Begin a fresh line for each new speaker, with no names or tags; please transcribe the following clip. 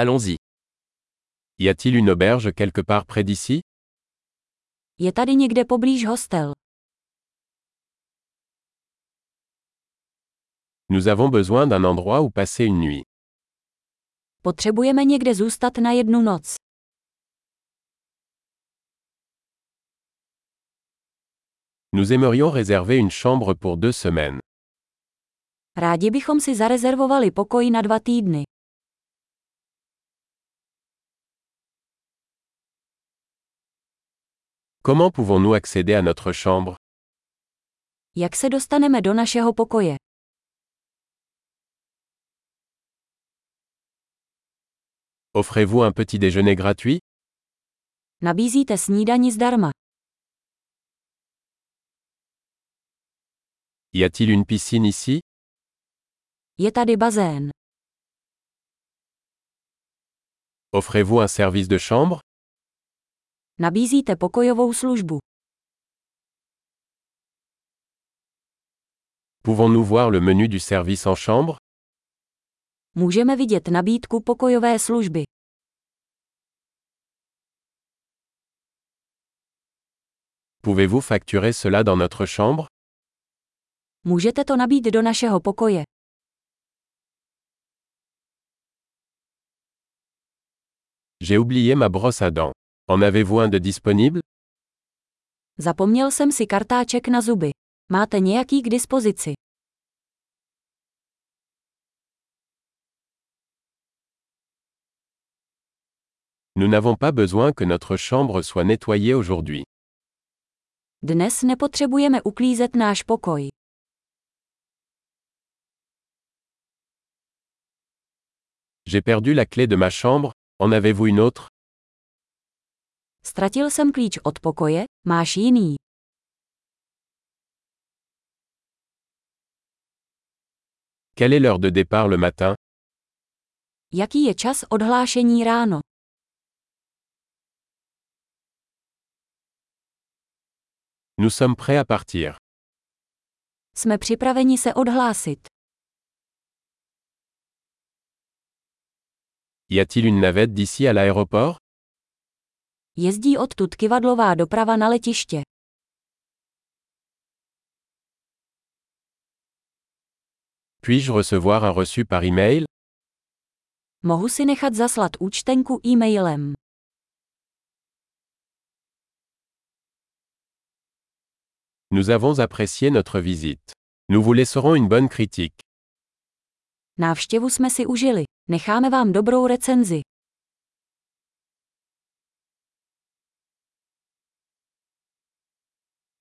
Allons-y. Y a-t-il une auberge quelque part près d'ici
Je tady někde poblíž hostel.
Nous avons besoin d'un endroit où passer une nuit.
Potřebujeme někde zůstat na jednu noc.
Nous aimerions réserver une chambre pour deux semaines.
Rádi bychom si zarezervovali pokoj na dva týdny.
Comment pouvons-nous accéder à notre chambre
Jak se dostaneme do našeho pokoje?
Offrez-vous un petit déjeuner gratuit
Nabízíte snídani zdarma.
Y a-t-il une piscine ici
Je tady bazén.
Offrez-vous un service de chambre
Nabízíte pokojovou službu.
Pouvons-nous voir le menu du service en chambre
Můžeme vidět nabídku pokojové služby.
Pouvez-vous facturer cela dans notre chambre
Můžete to nabít do našeho pokoje.
J'ai oublié ma brosse à dents. En avez-vous un de disponible
Zapomněl jsem si kartáček na zuby. Máte nějaký k dispozici?
Nous n'avons pas besoin que notre chambre soit nettoyée aujourd'hui.
Dnes nepotřebujeme uklízet náš pokoj.
J'ai perdu la clé de ma chambre, en avez-vous une autre
Ztratil jsem klíč od pokoje, máš jiný.
Quelle est l'heure de départ le matin
Jaký je čas odhlášení ráno?
Nous sommes prêts à partir.
Jsme připraveni se odhlásit.
Y a-t-il une navette d'ici à l'aéroport
Jezdí odtud kivadlová doprava na letiště.
Puis-je recevoir un reçu par email
Mohu si nechat zaslat účtenku e-mailem.
Nous avons apprécié notre visite. Nous vous laisserons une bonne critique.
Návštěvu jsme si užili. Necháme vám dobrou recenzi.